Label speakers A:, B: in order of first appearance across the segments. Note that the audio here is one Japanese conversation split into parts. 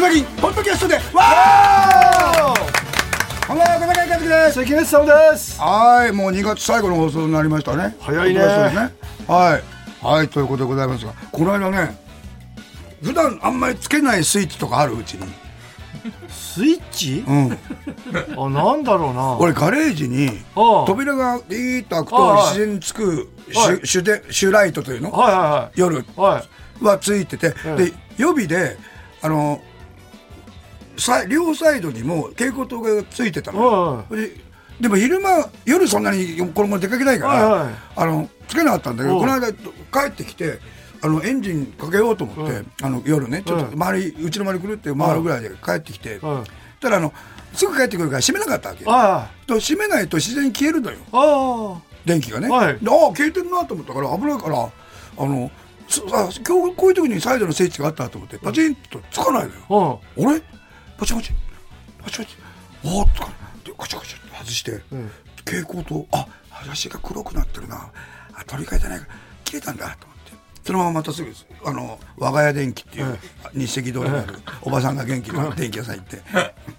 A: の日ポッドキャストでわーこんばんは小坂井和樹です
B: 関根さんです
A: はいもう2月最後の放送になりましたね
B: 早いね
A: ポッドキャストですねはいはいということでございますがこの間ね普段あんまりつけないスイッチとかあるうちに
B: スイッチ
A: うん
B: あなんだろうな
A: 俺ガレージに
B: ああ
A: 扉がビーッと開くと
B: ああはい
A: 自然につく
B: はい
A: シュシュデシュライトというの
B: はいは
A: 夜
B: いはいはい
A: はついてて、
B: うん
A: で予備であのさ両サイドにも蛍光灯がついてたの、ででも昼間夜そんなにこれも出かけないから、
B: はいはい
A: あのつけなかったんだけど
B: うん
A: この間帰ってきてあのエンジンかけようと思って、
B: うん
A: あの夜ねちょっと
B: うん
A: 周り、うちの周りくるって回るぐらいで帰ってきて、
B: うん
A: そしたらあのすぐ帰ってくるから閉めなかったわけ
B: はいはい
A: と閉めないと自然に消えるのよ
B: ああ
A: 電気がね、
B: はい
A: でああ消えてるなと思ったから危ないからあのすあ今日こういう時にサイドのスイッチがあったと思ってパチンとつかないのよ、
B: うん
A: あれパチパチパチパチおーっとかでカチャカチャって外して、
B: ん
A: 蛍光灯あ話が黒くなってるなあ取り替えてないから切れたんだと思ってそのまままたすぐあの我が家電機っていう、日赤通りにあるおばさんが元気な電気屋さん行って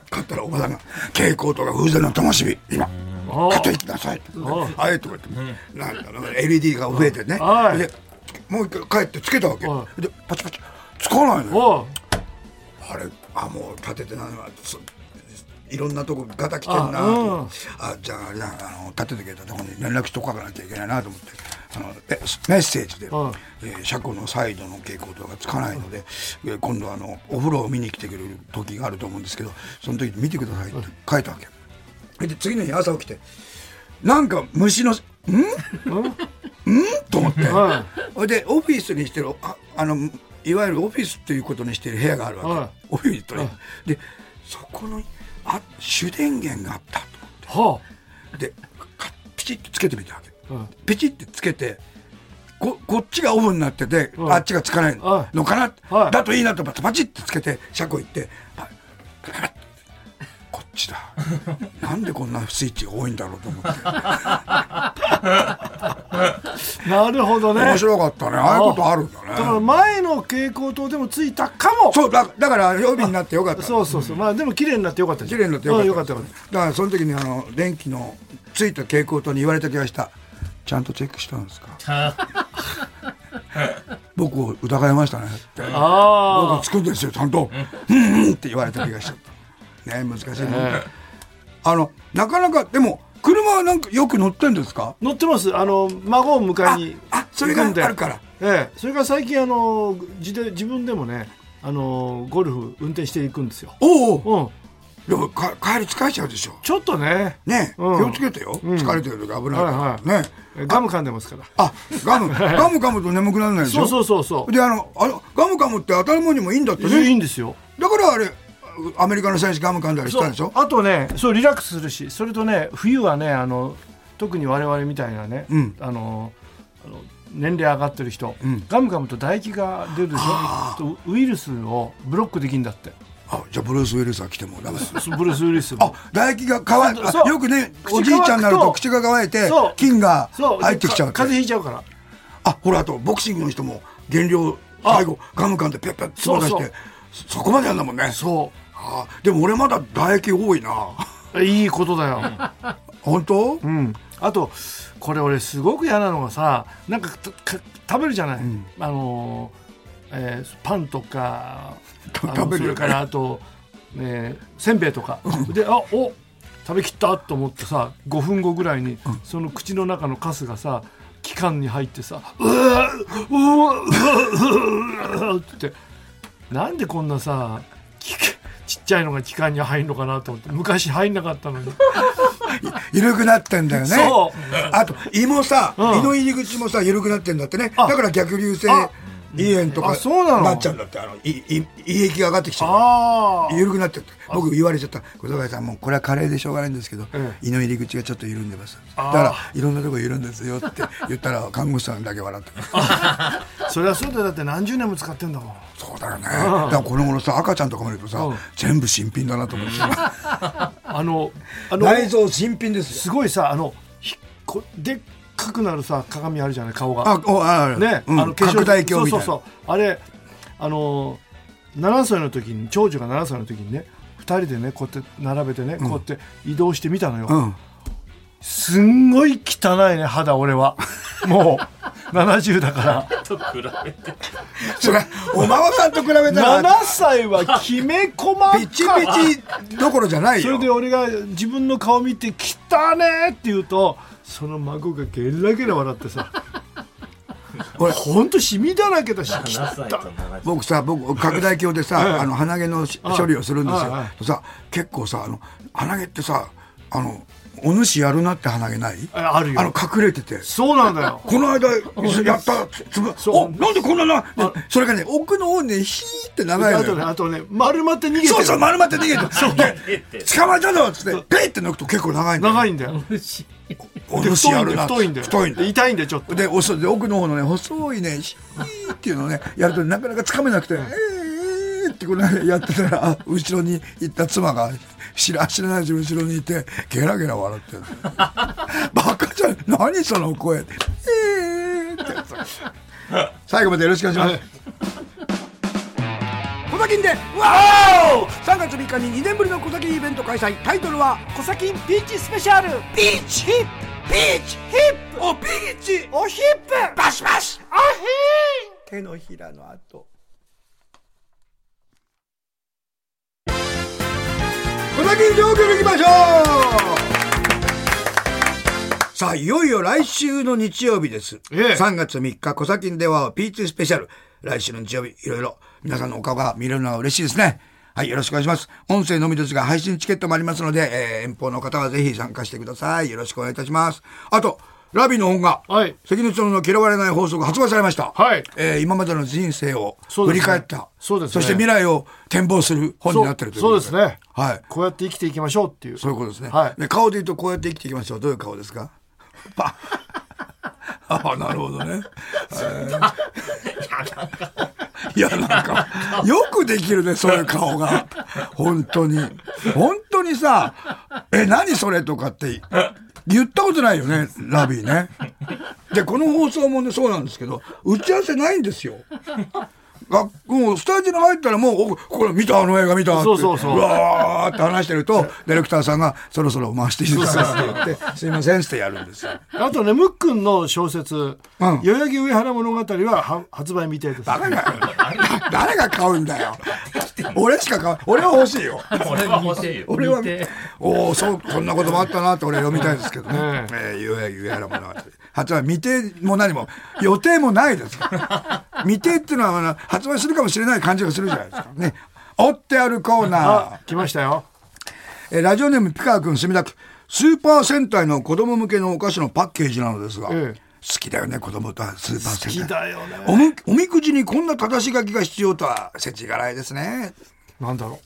A: 買ったらおばさんが「蛍光灯が風船の灯火今
B: あ
A: 買ってきなさい」って
B: あ
A: あえとか言って、なんだろう LED が増えてね
B: はい
A: でもう一回帰ってつけたわけ
B: は
A: でパチパチつかないのよ
B: おう
A: あれあもう立ててないわそいろんなとこガタ来てんな
B: あうん
A: あ,、じゃああれだあの立ててくれたとこに連絡しとかなきゃいけないなと思ってあのえメッセージで、
B: うん
A: えー車庫のサイドの蛍光灯がつかないので、えー今度あのお風呂を見に来てくれる時があると思うんですけどその時見てくださいって書いたわけで次の日朝起きてなんか虫のんんと思って
B: は
A: ほいでオフィスにしてるああのいわゆるオフィスっていうことにしてる部屋があるわけ、
B: はい
A: オフィスとね、でそこのあ主電源があったと
B: は
A: 思ってでかピチッとつけてみたわけ、
B: うん
A: ピチッてつけてここっちがオフになってて、
B: うん
A: あっちがつかないのかな、
B: はい
A: だといいなと思ってパチッてつけて車庫行ってパパパッこっち だなんでこんなスイッチが多いんだろうと思って
B: あなるほどね
A: 面白かったねああいうことあるんだね
B: だから前の蛍光灯でもついたかも
A: そうだだから予備になってよかった
B: そうそうそうまあでも綺麗になってよかったじゃ
A: 綺麗
B: ん
A: になってよかった
B: うんよかったよかっ
A: だからその時にあの電気のついた蛍光灯に言われた気がしたちゃんとチェックしたんですか僕を疑いましたねって
B: たあ
A: 僕つくんですよちゃんとうんうんって言われた気がしたね難しいね、あのなかなかでも車はなんかよく乗ってんですか
B: あ乗ってますあの孫を迎えに
A: ああそれが
B: 行くんで
A: あるから
B: ええそれから最近あの自で自分でもねあのゴルフ運転していくんですよ
A: おうおう
B: うん
A: でもか帰り疲れちゃうでしょ
B: ちょっとね
A: ね、
B: うん
A: 気をつけてよ、疲れてる時危ないから、
B: はいはい
A: ね
B: ガム噛んでますから
A: あガ ムガム噛むと眠くならないでし
B: そ
A: ょ
B: うそうそうそう
A: であのあのガム噛むって当たるもんにもいいんだって
B: いい
A: ね
B: んですよ
A: だからあれアメリカの選手ガム噛んだりし
B: そ
A: た
B: うん
A: でしょ
B: あとねそうリラックスするしそれとね冬はねあの特に我々みたいなね、
A: うん
B: あのあの年齢上がってる人、
A: ん
B: ガムガムと唾液が出るでしょとウイルスをブロックできるんだって
A: あじゃあブルース・ウィルスは来てもダメだ
B: そうブルース・ウィリスも
A: あ唾液が乾い
B: そうそう
A: あよくね
B: 口
A: おじいちゃんになると
B: 乾くと
A: 口が乾いて
B: そう
A: 菌が
B: そう
A: 入ってきちゃう
B: か
A: って
B: 風邪ひいちゃうから
A: あほらあとボクシングの人も減量最後ガム噛んでペッペッつま出して
B: そう
A: そこまでやんだもんね
B: そ
A: あでも俺まだ唾液多いな
B: ういいことだよ、
A: 本当
B: うん、あとこれ俺すごく嫌なのがさなんかたか食べるじゃない、あのー、えーパンとか
A: た
B: あの
A: 食べる
B: そ
A: よね
B: れからあと、えーせんべいとかであお食べきったと思ってさ5分後ぐらいに、その口の中のカスがさ気管に入ってさ「うわうわうわうわうわ」ってなんでこんなさきちっちゃいのが気管に入るのかなと思って昔入んなかったのに。
A: 緩くなってんだよね
B: そう
A: あと胃もさ、
B: うん
A: 胃の入り口もさ緩くなってんだってねだ
B: あ
A: から逆流性
B: あ
A: 胃炎とか
B: あそうなの
A: っちゃうんだってあの胃胃胃液が上がってきちゃうから
B: ああ
A: 緩くなっちゃって僕言われちゃった小坂井さんもうこれはカレーでしょうがないんですけど、
B: え
A: 胃の入り口がちょっと緩んでますだ
B: あー
A: からいろんなとこ緩んですよって言ったら看護師さんだけ 笑ってくる
B: それはそうだよだって何十年も使ってんだもん
A: そうだよねだからこの頃さ赤ちゃんとか見るとさ、
B: うん
A: 全部新品だなと思って
B: あのあの
A: 内臓新品ですよ
B: すごいさあのひこでっかくなるさ鏡あるじゃない顔が
A: あおあある
B: ね、
A: うん
B: あの
A: 拡大鏡みたいな
B: そうそうそうあれあの7歳の時に長女が7歳の時にね2人でねこうやって並べてね、こうやって移動してみたのよ、
A: うん
B: すんごい汚いね肌俺はもう70 だから
C: と比べて
A: それお孫さんと比べたら
B: 7歳はきめ細か
A: ピチピチどころじゃない
B: そ
A: よ
B: れで俺が自分の顔見て「汚ねえ!」って言うとその孫がゲラゲラ笑っ てさ俺ほんとシミだらけだし
C: 7歳と7歳
A: 僕さ僕拡大鏡でさあの鼻毛のし
B: ああ
A: 処理をするんです
B: あああ
A: よさ結構さあの鼻毛ってさあのお主やるなって鼻毛ない
B: ああるよ
A: あの隠れてて
B: そうなんだよ
A: この間やったつぶ
B: そう
A: おなんでこんななそれがね奥の方にヒーって長い
B: あ
A: の
B: とね
A: よ
B: あとね丸まって逃げてる
A: そうそう丸まって逃げてそう
C: えって
A: 捕まえたぞっつってペイって抜くと結構長いの
B: 長
A: い
B: いんだよ
A: お
B: で
A: 主
B: 太い
A: や
B: んだ
A: る
B: よ
A: な
B: 太いんだよ
A: 太いんだ
B: で
A: よ
B: 痛いんだよちょっと
A: でおそうで奥の方のね細いねシーっていうのをねやるとなかなかつかめなくて「えーえー」ってこれ、ね、やってたらあ後ろに行った妻が知ら知らないうちに後ろにいてゲラゲラ笑ってる バカじゃん何その声えーってやつ最後までよろしくお願いします、小崎でわお3月3日に2年ぶりの小崎イベント開催タイトルは「小崎ビーチスペシャル」ビーチヒップビーチヒップおビーチおヒップバシバシおヒー手のひらの跡小崎上京行きましょうさあいよいよ来週の日曜日です、
B: ええ
A: 3月3日小崎ではピーチスペシャル来週の日曜日いろいろ皆さんのお顔が見れるのは嬉しいですねはいよろしくお願いします音声のみですが配信チケットもありますので、えー遠方の方はぜひ参加してくださいよろしくお願いいたしますあとラビの本が、
B: はい
A: 関根町の嫌われない法則が発売されました、
B: はい
A: えー今までの人生を
B: そう
A: 振
B: で
A: り
B: すね
A: 返った
B: そうですね
A: して未来を展望する本になってるというこ
B: そう
A: と
B: ですね
A: はい
B: こうやって生きていきましょうっていう
A: そういうことですね。
B: はい
A: で顔で言うとこうやって生きていきましょう。どういう顔ですか。 パああなるほどね。いやなんかよくできるねそういう顔が本当に本当にさえ何それとかって言ったことないよねラビーね。でこの放送もねそうなんですけど打ち合わせないんですよ。がもうスタジオに入ったらもうお「これ見たあの映画見た」って
B: そうそうそう
A: わーって話してるとディレクターさんが「そろそろ回していいですか?」って言って「すいません」ってやるんですよ。
B: あとねムックンの小説「
A: うん
B: 代々木上原物語は」は発売未定です
A: バカだよ。誰が買うんだよ。俺しか買う。俺は欲しいよ。
C: 俺は欲しいよ
A: 俺は
D: 見て、
A: おお、そう、そんなこともあったなって俺読みたいですけどね。
B: うん
A: えー、ゆうやゆうやらもなかった。発売未定も何も、予定もないですから。 未定っていうのは、あの発売するかもしれない感じがするじゃないですか。ね。追ってあるコーナー。
B: あ来ましたよ
A: えーラジオネームピカー君墨田区スーパー戦隊の子供向けのお菓子のパッケージなのですが、
B: ええ
A: 好きだよね子供とはスーパー戦隊
B: 好きだよね
A: おむおみくじにこんな正し書きが必要とは世知辛いですね
B: なんだろ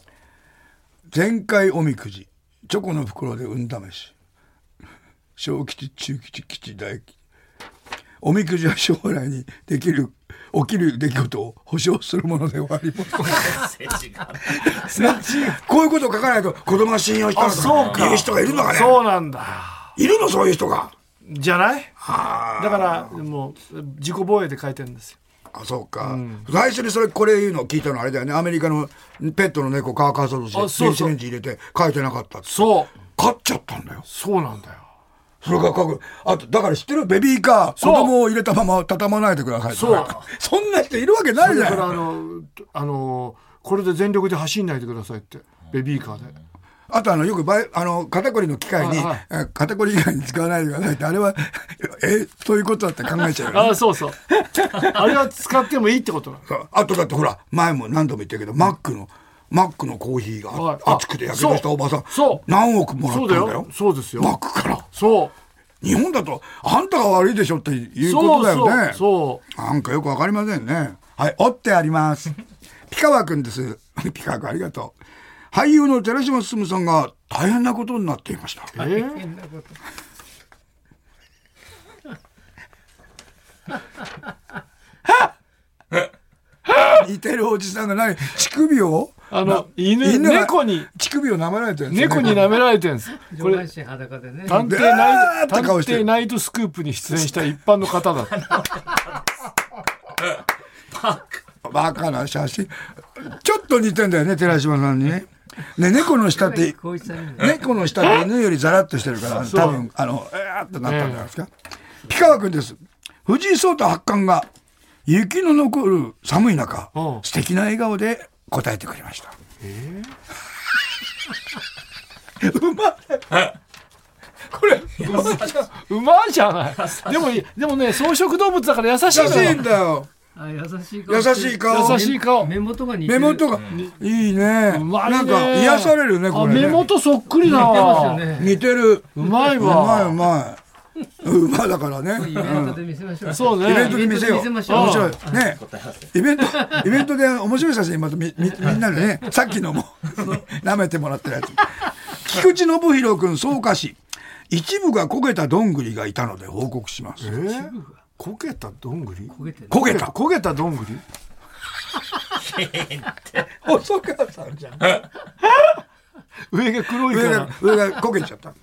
A: 前回おみくじチョコの袋で運試し小吉中吉吉大吉おみくじは将来にできる起きる出来事を保証するものではありません こういうことを書かないと子供が信用した
B: あ
A: ら
B: そう
A: と
B: か
A: かいう人がいるのかね
B: そうなんだ
A: いるのそういう人が
B: じゃない
A: あ
B: だからもう自己防衛で書いてるんですよ
A: あそうか、最初にそれこれ言うのを聞いたのあれだよねアメリカのペットの猫乾かそうとして
B: あそう
A: 電子
B: そう
A: レンジ入れて書いてなかったっつって
B: そう
A: 買っちゃったんだよ
B: そうなんだよ
A: それが書くあとだから知ってるベビーカー子
B: そう
A: 供を入れたまま畳まないでくださいとか そんな人いるわけないじ
B: だ
A: ゃ
B: からあ
A: ん
B: のあのこれで全力で走んないでくださいってベビーカーで
A: あとあのよくバイあの肩こりの機械に
B: はいはい
A: え肩こり以外に使わないでくださいってあれは えそういうことだって考えちゃうよね
B: ああそうそうあれは使ってもいいってことなの
A: そうあとだってほら前も何度も言ったけど、マックのマックのコーヒーが、
B: はい
A: 熱くてやけどしたおばさん
B: そうそう
A: 何億もらったんだよ
B: そうだよそうですよ
A: マックから
B: そう
A: 日本だとあんたが悪いでしょっていうこ
B: そ
A: と
B: う
A: だよね
B: そうそ
A: なんかよくわかりませんねはい折ってあります ピカワ君です ピカワ君ありがとう俳優の寺島進さんが大変なことになっていました
B: うえー
A: 似てるおじさんが何乳首をな
B: あの犬
A: が
B: 猫に
A: 乳首を舐められてるんですよね
B: 猫に舐められてるんですこ
D: 上
B: れ
D: 半身裸でね。
B: 探偵
A: うわー
B: ナ
A: っ
B: イ
A: て
B: 探
A: 顔してる
B: 偵ナイトスクープに出演した一般の方だ
A: バカな写真ちょっと似てんだよね、寺島さんにね。ね、猫の下って、
D: 光一さんにも
A: 猫の下って犬よりザラッとしてるから、
B: そう
A: 多分、あの、えーっとなったんじゃないですか。ピカワ君です。藤井聡太八冠が、雪の残る寒い中
B: うん、
A: 素敵な笑顔で答えてくれました。えうまいこれ、
B: 馬じゃないでもでもね草食動物だから優しい
A: 優
B: の
A: しいん
B: よ
A: だよ。
D: あ優しい顔
A: 優
D: してる
A: しい顔。
B: 優しい顔
D: 目元が似
A: 目
D: てる
A: 元が、いいね。
B: うまいね
A: なんか、癒されるね、こ
B: あ
A: れ、ね。
B: 目元そっくりだ
D: 似てますよ
B: わ
D: ね
A: 似てる。
B: うまい
A: まい
B: うわ
A: うまい。うまいだからね。
D: イベントで見せましょう
B: そう
A: イベントで
B: ね
A: 見せよう。
D: イベントで見
A: 面
D: せましょ
A: 白
D: う
A: い。ね。イ ベント、イベントで面白い写真、またみ、み、みんなでね、さっき のも、舐めてもらってるやつ。菊池信弘君、草加市。一部が焦げたどんぐりがいたので報告しま
B: え
A: す。
B: ー焦げたどんぐり
D: 焦げてる
A: 焦げた。
B: 焦げたどんぐり
A: 細川さんじゃん。
B: 上が黒いか
A: 上が
B: ら、
A: 上が焦げちゃった。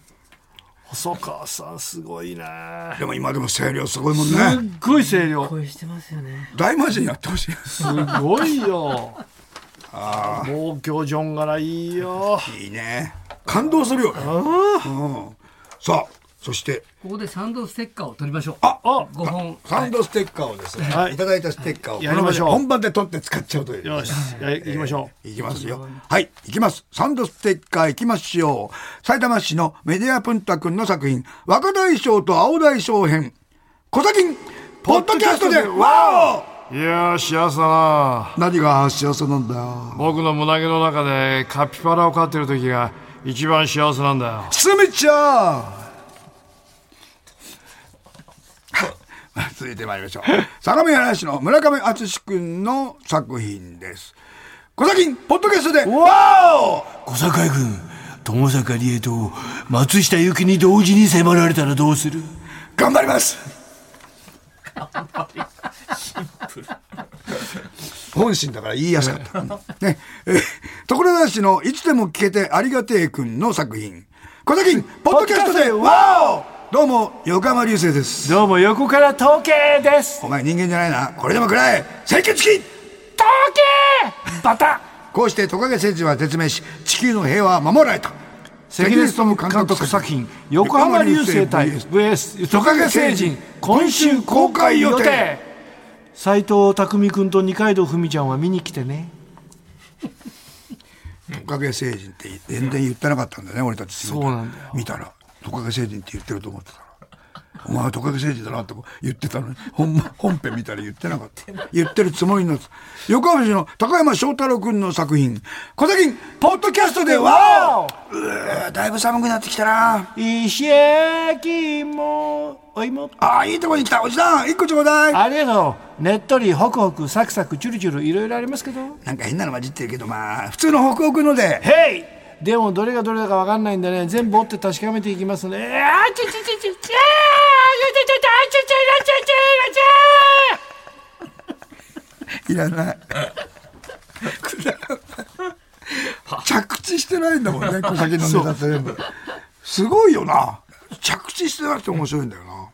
B: 細川さんすごいな
A: でも今でも声量すごいもん
B: すっ
A: ね。
B: ごい声量
D: 恋してますよね
A: 大魔神やってほしい。
B: すごいよもう今日ジョン柄いいよ
A: いいね。感動するよね。うん。さあ、そして、
D: ここでサンドステッカーを取りましょう
A: あ
B: あ
D: 5本
A: サンドステッカーをですね、、
B: はいい
A: ただいたステッカーを
B: やりましょう
A: この場で本番で取って使っちゃうという。
B: よしや行きましょ
A: いきますよ。はい、いきます。サンドステッカーいきましょう。埼玉市のメディアプンタ君の作品、若大将と青大将編、小崎ポッドキャストで、わ
B: ういやー幸せだな
A: お何が幸せなんだよ。
B: 僕の胸毛の中でカピバラを飼ってる時が一番幸せなんだよ
A: すみちゃん 続いてまいりましょう。相模原市の村上敦君の作品です。小崎ポッドキャストで、わお
E: 小坂井君友坂理恵と松下由紀に同時に迫られたらどうする
A: 頑張ります本心だから言いやすかった。ね。えー所沢市のいつでも聞けてありがてえくんの作品。小崎ポッドキャストでわおどうも、横浜流星です。
B: どうも横から統計です
A: お前人間じゃないな。これでもくらえ清潔期
B: 統計バタ
A: こうしてトカゲ星人は絶命し、地球の平和は守られた。
B: 関根勤監督作品「横浜流星対 VS トカゲ星人」今週公開予定斎藤匠君と二階堂ふみちゃんは見に来てね
A: トカゲ星人って全然言ってなかったんだね、俺たち
B: そうなんだよ
A: 見たらトカゲ星人って言ってると思ってたらお前はトカゲ星人だなって言ってたのに本本編見たら言ってなかった言ってるつもりになってた横浜市の高山翔太郎君の作品「小崎ポッドキャストでわお!」うーだいぶ寒くなってきたな
B: 石焼き芋お芋
A: あーいいとこに来たおじさん一個ちょうだい
B: ありがとうねっとりホクホクサクサクチュルチュルいろいろありますけど
A: なんか変なの混じってるけどまあ普通の北北ので
B: ヘイでもどれがどれだかわかんないんでね全部折って確かめていきますねあちちちちちあちちちちあちちちちちち
A: いらない。くだらない着地してないんだもんね、小崎のネタ全部。すごいよな。着地してなくて面白いんだよな。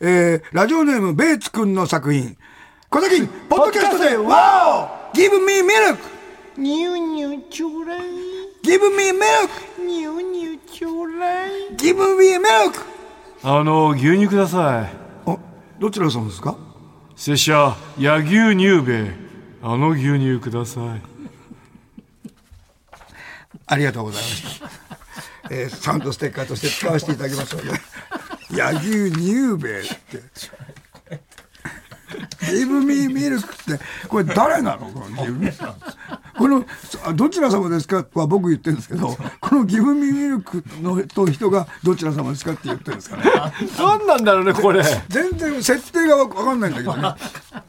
A: えー、ラジオネーム、ベーツくんの作品。小崎、ポッドキャストで、わお !Give me milk!
B: ニューニューちょうだい
A: Give me milk!
B: ニューニューちょうだい
A: Give me milk!
B: あの牛乳ください
A: お、どちらさんですか
B: 拙者野牛乳べあの牛乳ください
A: ありがとうございました。 えー、サウンドステッカーとして使わせていただきましたので。 野球乳兵衛って。ギブミーミルクって、これ誰なのこのギブミこの、あどちら様ですかは僕言ってるんですけど、このギブミーミルクのと人がどちら様ですかって言ってるんですかね。
B: 何なんだろうねこれ
A: 全然設定がわわかんないんだけ どね。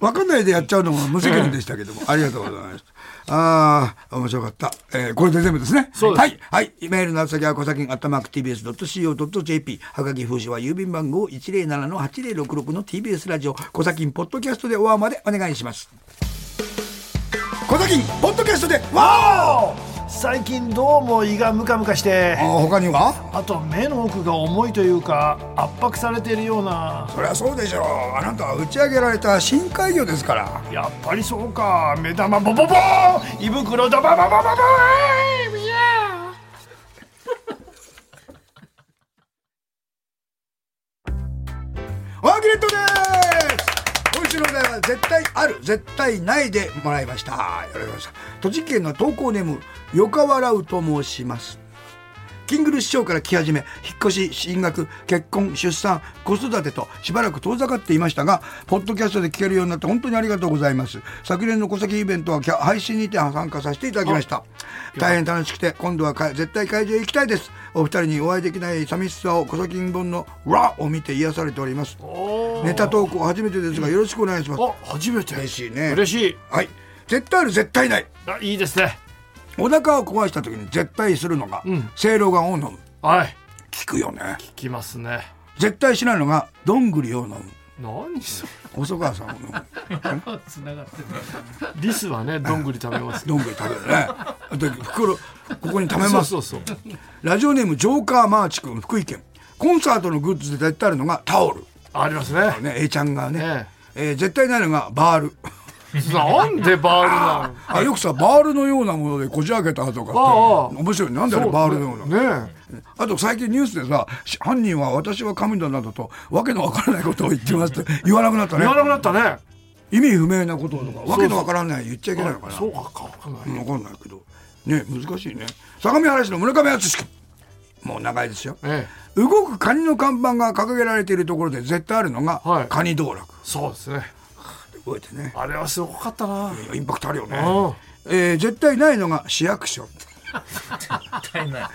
A: わかんないでやっちゃうのも無責任でしたけども、ありがとうございました。ああ、面白かった。えー、これで全部ですね。
B: そうです
A: はい。はい。メールの宛先は小崎アットマーク TBS.CO.JP。はがき封書は郵便番号107-8066の TBS ラジオ、小崎ポッドキャストでおわまでお願いします。小崎ポッドキャストでわお
B: 最近どうも胃がムカムカして
A: あ他には
B: あと目の奥が重いというか圧迫されているような
A: そりゃそうでしょうあなたは打ち上げられた深海魚ですから
B: やっぱりそうか目玉ボボボーン胃袋ドババババババーンいやー
A: ワーキレットです今週のお題は絶対ある絶対ないでもらいましたやられました栃木県の投稿ネームよかわらうと申しますキングル師匠から来始め引っ越し進学結婚出産子育てとしばらく遠ざかっていましたがポッドキャストで聞けるようになって本当にありがとうございます昨年の戸籍イベントはキャ配信にて参加させていただきました大変楽しくて今度はか絶対会場へ行きたいですお二人にお会いできない寂しさを小崎本の「ラ」を見て癒されておりますネタ投稿初めてですがよろしくお願いします
B: あ初めて
A: 嬉しいね
B: 嬉しい
A: はい絶対ある絶対ない
B: あいいですね
A: お腹を壊した時に絶対するのが、
B: ん
A: せいろがんを飲む
B: はい
A: 効くよね
B: 聞きますね
A: 絶対しないのがどんぐりを飲む
B: 何それ
A: 細川さんを飲む
D: 繋がってる。
B: リスはねどんぐり食べます
A: どんぐり食べるねあと袋ここに貯めます
B: そうそうそう
A: ラジオネームジョーカーマーチ君福井県コンサートのグッズで絶対あるのがタオル
B: ありますね
A: ね A ちゃんがね
B: え、
A: えー絶対ないのがバール
B: なんでバールなの
A: あよくさバールのようなものでこじ開けたとかって
B: ああ
A: 面白いなんであれバールのような
B: ね
A: あと最近ニュースでさし犯人は私は神だなどとわけのわからないことを言ってますって言わなくなった
B: え言わな
A: ね
B: くなったね
A: 意味不明なこととかわけのわからない言っちゃいけないのかな
B: そうかかわかんな
A: 分
B: い
A: かんないけどね難しいね相模原市の村上敦君もう長いですよ
B: ええ
A: 動くカニの看板が掲げられているところで絶対あるのが、
B: はい
A: カニ道楽
B: そうですね
A: 覚えてね
B: あれはすごかったない
A: やインパクトあるよね
B: うん、
A: えー絶対ないのが市役所
C: 対ない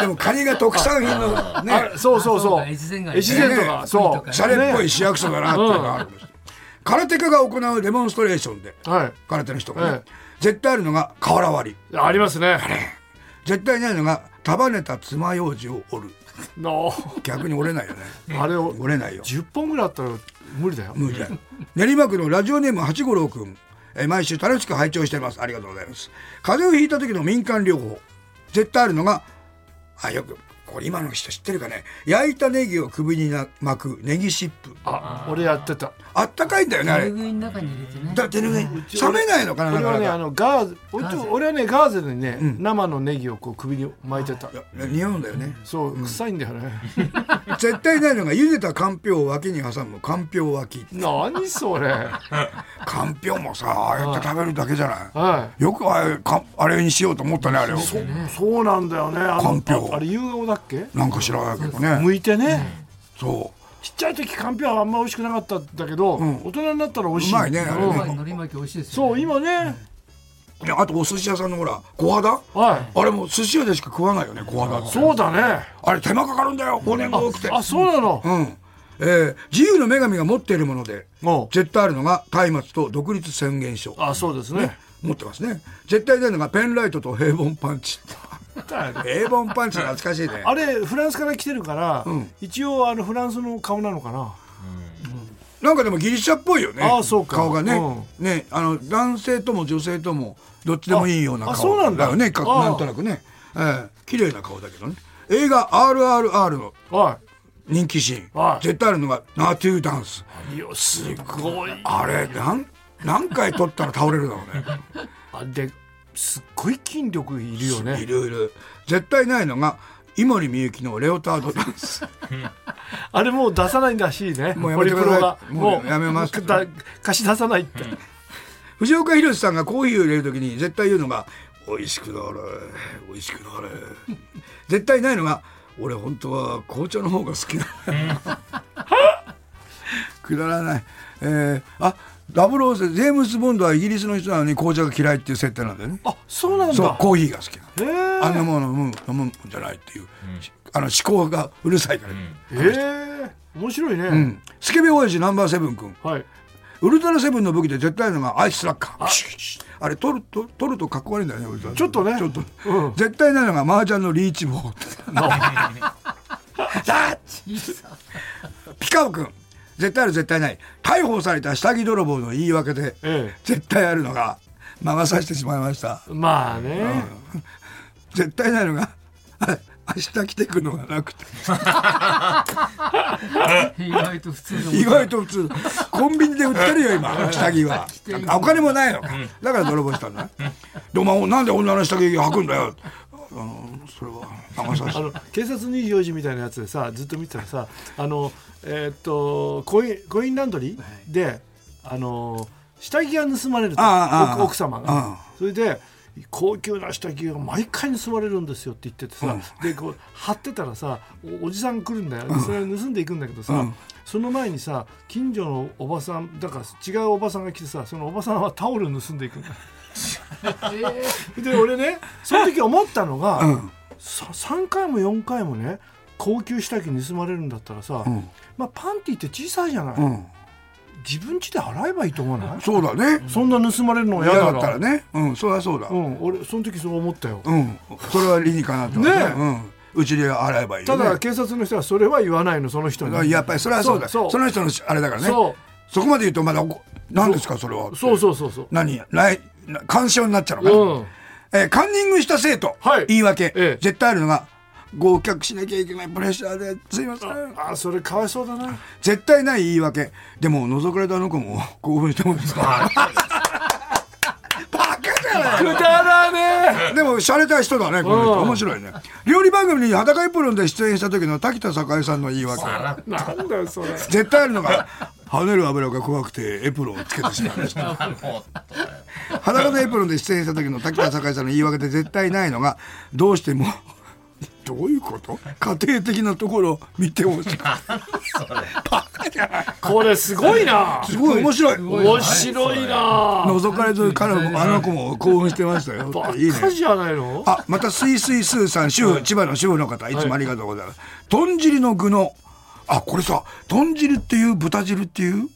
A: でもカニが特産品のね
B: あそうそうそう
D: あそうか越前が
B: 越前
A: ね
B: とかそ
D: 国と
B: う
A: シャレっぽい市役所だなっていうのがあるかもしれない空手家が行うデモンストレーションで
B: は
A: 空手の人がね、
B: ええ
A: 絶対あるのが瓦割り
B: いありますね
A: 絶対ないのが束ねた爪楊枝を折る
B: の
A: 逆に折れないよね
B: あれを
A: 折れないよ
B: 10本ぐらいあったら無理だよ
A: 無理だよ練馬区のラジオネーム八五郎くんえー毎週楽しく拝聴していますありがとうございます風邪をひいた時の民間療法絶対あるのがあよくこれ今の人知ってるかね焼いたネギを首にな巻くネギシップ
B: あ俺やってた
A: あったかいんだよねあ
D: 手
A: れ
D: 拭いの中に入れてね。
A: だってね冷めないのかな
B: 俺
A: な
B: は
A: か
B: ねあ
A: なか
B: のガーゼおい
D: ガーゼ
B: 俺はねガーゼにね、生のネギをこう首に巻いてた
A: いや似合うんだよね
B: そう、臭いんだよ ね
A: 絶対ないのが茹でたかんぴょうを脇に挟むかんぴょう脇
B: 何それ は
A: かんぴょうもさああやって食べるだけじゃない
B: い
A: よくあれかあれにしようと思ったねあれを
B: そうなんだよねあの
A: かんぴょう
B: ああれ夕顔だっけ
A: なんか知らないけどね
B: 剥いてね、
A: そう
B: ちっちゃい時かんぴょうはあんま美味しくなかったんだけど、
A: ん
B: 大人になったら美味しい。
A: うまいねあれね
B: うん
D: 今海苔巻き美味しいですよ、ね。
B: そう今ね、
A: ねあとお寿司屋さんのほら小肌
B: は
A: あれも寿司屋でしか食わないよね小肌っ
B: い、
A: て
B: そうだね。
A: あれ手間かかるんだよ骨が多くて
B: あ、そうなの。
A: うんえー自由の女神が持っているもので
B: おう
A: 絶対あるのが松明と独立宣言書
B: あ、そうですね。
A: 持ってますね絶対ないのがペンライトと平凡パンチ 平凡パンチ懐かしいね
B: あれフランスから来てるから、一応あのフランスの顔なのかな。
A: なんかでもギリシャっぽいよね
B: ああそうか
A: 顔がね,、
B: う
A: ねあの男性とも女性ともどっちでもいいような顔
B: ああそうなんだ
A: よねか
B: ああ
A: なんとなくね、ええ綺麗な顔だけどね映画「RRR」の
B: は
A: 人気シーン、
B: はい
A: 絶対あるのが「ナートゥーダンス
B: い。いやすごい。」
A: あれなん何回撮ったら倒れるだろうね
B: あで、すっごい筋力いるよ
A: い
B: ね。
A: ろいろ絶対ないのが井森美幸の「レオタードダンス」
B: あれもう出さないんだしいね。
A: もうやめてください
B: ホリプロが
A: もうやめます
B: だ貸し出さないって。
A: 藤岡弘さんがコーヒーを入れるときに絶対言うのが「美味しくなれ美味しくなれ」絶対ないのが「俺本当は紅茶の方が好きだ」くだらないえー、あダブルゼジェームス・ボンドはイギリスの人なのに紅茶が嫌いっていう設定なんだよね
B: あ、そうなんだ。
A: そうコーヒーが好きなの
B: へえ。
A: あんなもの飲む飲むんじゃないっていう、あの思考がうるさいから、
B: へえ。面白いね。
A: うんスケベ親父ナンバーセブン君
B: はい。
A: ウルトラセブンの武器で絶対のがアイスラッカー。シュッシュッあれ取る取取るとかっこ悪いんだよね。ウルトラ
B: ちょっとね
A: ちょっと。
B: うん
A: 絶対なのが麻雀のリーチ棒。 だ ピカオ君絶対ある絶対ない。逮捕された下着泥棒の言い訳で
B: ええ
A: 絶対あるのが魔が差してしまいました
B: まあね、
A: 絶対ないのがあ明日来てくるのがなくて
D: 意外と普通の
A: 意外と普通コンビニで売ってるよ今下着はあお金もないのかだから泥棒したんだでお前なんで女の下着履くんだよあのそれは長さ
B: あの警察24時みたいなやつでさずっと見てたらさあの、えーっとコインコインランドリーで、あの下着が盗まれると
A: ああああ
B: 奥奥様が、
A: うん
B: それで高級な下着が毎回盗まれるんですよって言っててさ、でこう貼ってたらさおおじさん来るんだよでそれを盗んでいくんだけどさ、その前にさ近所のおばさんだから違うおばさんが来てさそのおばさんはタオル盗んでいくんだよで俺ねその時思ったのが、さ3回も4回もね高級下着盗まれるんだったらさ、まあ、パンティって小さいじゃない、
A: うん
B: 自分家で払えばいいと思わない、
A: そうだね
B: そんな盗まれるの
A: 嫌
B: 嫌だ
A: だ
B: ろ
A: ったらねうんそれはそうだ
B: うん、俺その時そう思ったよ、
A: うんそれは理にかなってます
B: ねえ
A: うんうちで洗えばいい
B: た
A: よね
B: だ警察の人はそれは言わないのその人に
A: やっぱりそれはそうだ
B: そ
A: そうの人のあれだからね
B: そ
A: そこまで言うとまだおこ何ですかそれは
B: うそうそうそうそう
A: 何来な干渉になっちゃうのか、
B: うん
A: えーカンニングした生徒、
B: はい
A: 言い訳、
B: ええ
A: 絶対あるのが合格しなきゃいけないプレッシャーですいません
B: あそれかわいそうだな
A: 絶対ない言い訳でも覗かれたあの子も 興奮してますからバカじゃない
B: くだらね
A: でも洒落た人だねこの人面白いね料理番組に「裸一本」で出演した時の滝田栄さんの言い訳
B: えなんだよそれ
A: 絶対あるのが跳ねる油が怖くてエプロンをつけてしまいました
C: も
A: 裸のエプロンで出演した時の滝田栄さんの言い訳で絶対ないのがどうしてもどういうこと家庭的なところを見てほしいバカじゃない
B: これすごいな
A: すごい面白い
B: 面白いな
A: 覗かれてるからもあの子も興奮してましたよ
B: バ
A: いいね
B: カじゃないの
A: あまたスイスイスーさん主婦千葉の主婦の方いつもありがとうございます、豚汁の具のあこれさ豚汁っていう豚汁っていう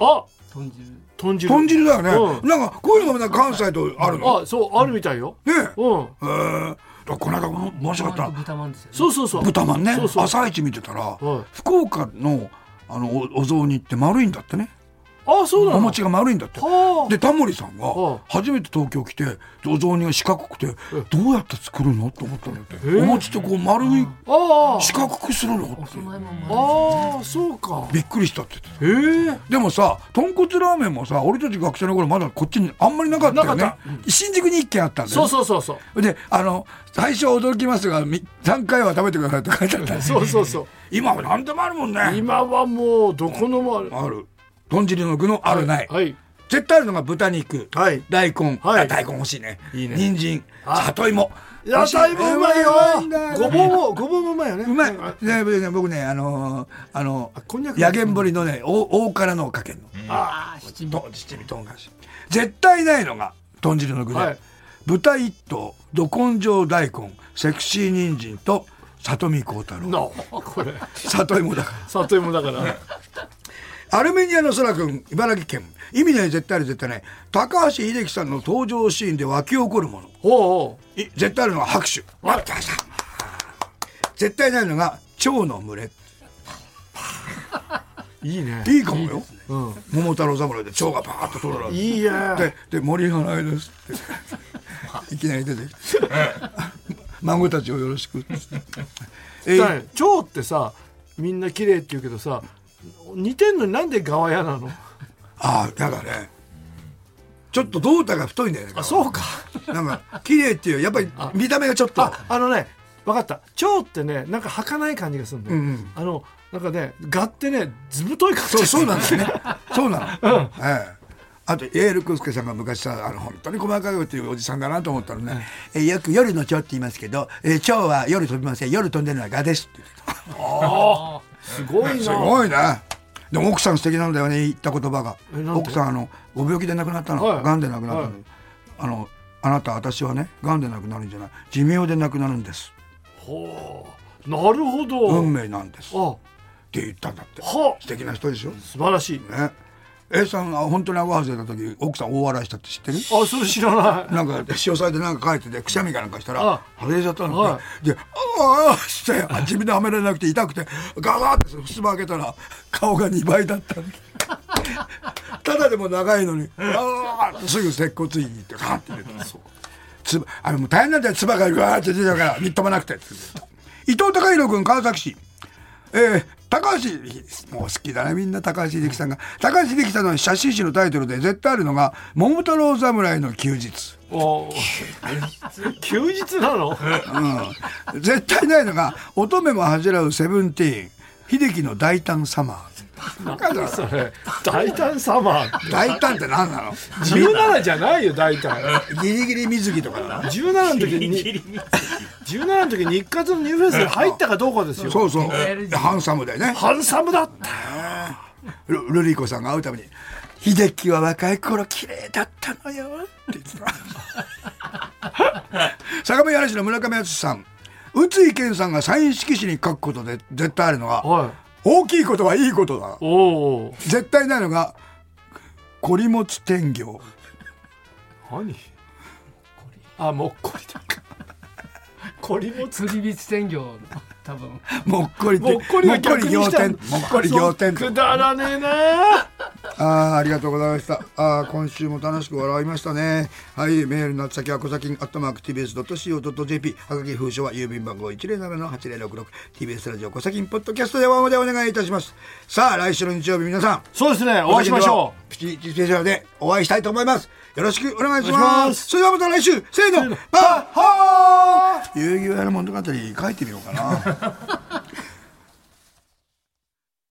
B: あ
D: 豚汁
B: 豚汁
A: 豚汁だよね、
B: う
A: なんかこういうのもなんか関西とあるの
B: あそうあるみたいよ、
A: ねえ
B: うん
A: えー、この間も面白かった
D: 豚まんですよね
B: そうそうそう
A: 豚まんね
B: そうそう
A: 朝一見てたら、
B: はい
A: 福岡のあのおお雑煮って丸いんだってね
B: あそうなの
A: お餅が丸いんだって
B: はあ
A: でタモリさんが
B: は
A: 初めて東京来てお雑煮が四角くてどうやって作るのって思ったんだって、
B: え
A: お餅ってこう丸い
B: あ
A: 四角くするのって
D: 供え物
B: あ
D: も
B: ああそうか
A: びっくりしたって言ってた
B: ええ
A: でもさ豚骨ラーメンもさ俺たち学生の頃まだこっちにあんまりなかったよね
B: なか
A: 新宿に一軒あったんだよ
B: そう
A: ね
B: そうそうそう
A: であの最初は驚きますがみ3回は食べてくださいって書いてあったんです
B: そうそうそう
A: 今は何でもあるもんね
B: 今はもうどこのもある
A: ある豚汁の具のあるない、
B: はい
A: 絶対あるのが豚肉、
B: はい
A: 大根、
B: はい
A: あ大根欲しいね
B: いいね
A: 人参里芋
B: 野菜もうまいよごぼ
A: う
B: うもごぼうもうまいよね
A: うまい
B: あ
A: ね僕ね僕ねあのーあの
B: あこんにゃく
A: やげんぼりのね大大辛のをかけるの
D: ああ七味
A: と七味唐辛子絶対ないのが豚汁の具で、
B: はい
A: 豚一頭ど根性大根セクシー人参と里見幸太郎
B: なこれ
A: 里芋だから
B: 里芋だから
A: アルメニアの空くん、茨城県。意味ない、絶対ある、絶対ない。高橋秀樹さんの登場シーンで沸き起こるもの。
B: おうおう
A: い絶対あるのは拍手。
B: はい
A: 拍手絶対ないのが、蝶の群れ。
B: いいね
A: いいかもよ。
B: うん
A: 桃太郎侍で蝶がパーッと通るわけ
B: いいね
A: でで、森花江 ですって。いきなり出てきて。孫たちをよろし くっつって。え
B: だから
A: ー
B: ね蝶ってさみんな綺麗って言うけどさ似てんのになんで側やなの
A: ああ、やだね。ちょっと胴体が太いんだよね。
B: あそうか
A: なんか、綺麗っていう、やっぱり見た目がちょっと。
B: ああのね分かった蝶ってねなんか儚い感じがするんだよ、
A: うんうん
B: あのなんかねガってねずぶとい感じ
A: そうそうなんんですね。そうなの。ええ。あとエールクスケさんが昔さあの本当に細かいこと言うおじさんだなと思ったのね、えよく夜の蝶って言いますけど、え蝶は夜飛びません夜飛んでるのはガですって言って
B: すごいな
A: たすごいねでも奥さん素敵なんだよね言った言葉が
B: えなんて
A: 奥さんあのご病気で亡くなったの、
B: はい
A: 癌で亡くなったの、
B: はい
A: あのあなた私はね癌で亡くなるんじゃない寿命で亡くなるんです
B: ほうなるほど、
A: 運命なんですっ
B: あ
A: て言ったんだって
B: は
A: 素敵な人でしょね
B: 素晴らしい
A: A さんが本当にアゴハズれた時奥さん大笑いしたって知ってる
B: あそれ知らな い
A: なんか潮騒でなんか書いててくしゃみかなんかしたら
B: あ
A: 外れちゃったの
B: は
A: でで「ああ」してあ自分ではめられなくて痛くてガガーってふすま開けたら顔が2倍だったんだ ただでも長いのに、あーすぐ接骨院に行って、ガーって出た。そう。つば、あれもう大変なんだよ、つばがガーって出たから、みっともなくて。伊藤孝弘君、川崎市。えー高橋もう好きだねみんな高橋英樹さんが高橋英樹さんの写真集のタイトルで絶対あるのが「桃太郎侍の休日」
B: お休日なの
A: うん絶対ないのが乙女も恥じらうセブンティーン秀樹の大胆サマー
B: それ大胆サマ ー
A: 大胆って何なの
B: 17じゃないよ大胆
A: ギリギリ水着とかだな
B: 17の時に17の時に日活のニューフェイスに入ったかどうかですよ
A: そうそうハンサムだよね
B: ハンサムだった
A: ルルリコさんが会うために「秀樹は若い頃綺麗だったのよ」って言ってた相模原市の村上敦さん宇津井健さんがサイン色紙に書くことで絶対あるのは
B: はい
A: 大きいことはいいことだ
B: おお
A: 絶対ないのが「こりもつ天行」
B: 何あもっこりだ こりもつ
D: 釣りビーチ天業多分
A: もっこり
B: もっこり
A: も
B: は
A: っこ
B: 逆
A: り
B: に
A: 仰
B: した
A: 天
B: ん
A: もっこり仰天
B: くだらねえな
A: あーありがとうございましたあー今週も楽しく笑いましたねはいメールの宛先は小崎アットマーク TBS.CO.JP はがき封書は郵便番号 107-8066TBS ラジオ小崎ポッドキャストでワンまでお願いいたしますさあ来週の日曜日皆さん
B: そうですねお会いしましょう
A: うプチプチスペシャルでお会いしたいと思いますよろしくお願いします
B: お願いします
A: それではまた来週せーのバッハー遊戯王やの物語書いてみようかな